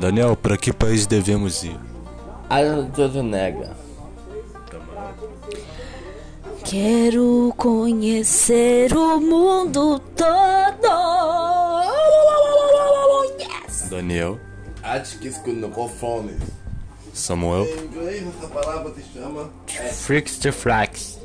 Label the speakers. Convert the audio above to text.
Speaker 1: Daniel, para que país devemos ir?
Speaker 2: Arnold Schwarzenegger.
Speaker 3: Quero conhecer o mundo Oh, todo. oh, Yes!
Speaker 1: Daniel,
Speaker 4: Atkins com microfones.
Speaker 1: Samuel,
Speaker 4: Em inglês essa palavra se chama
Speaker 5: Frix de Frax.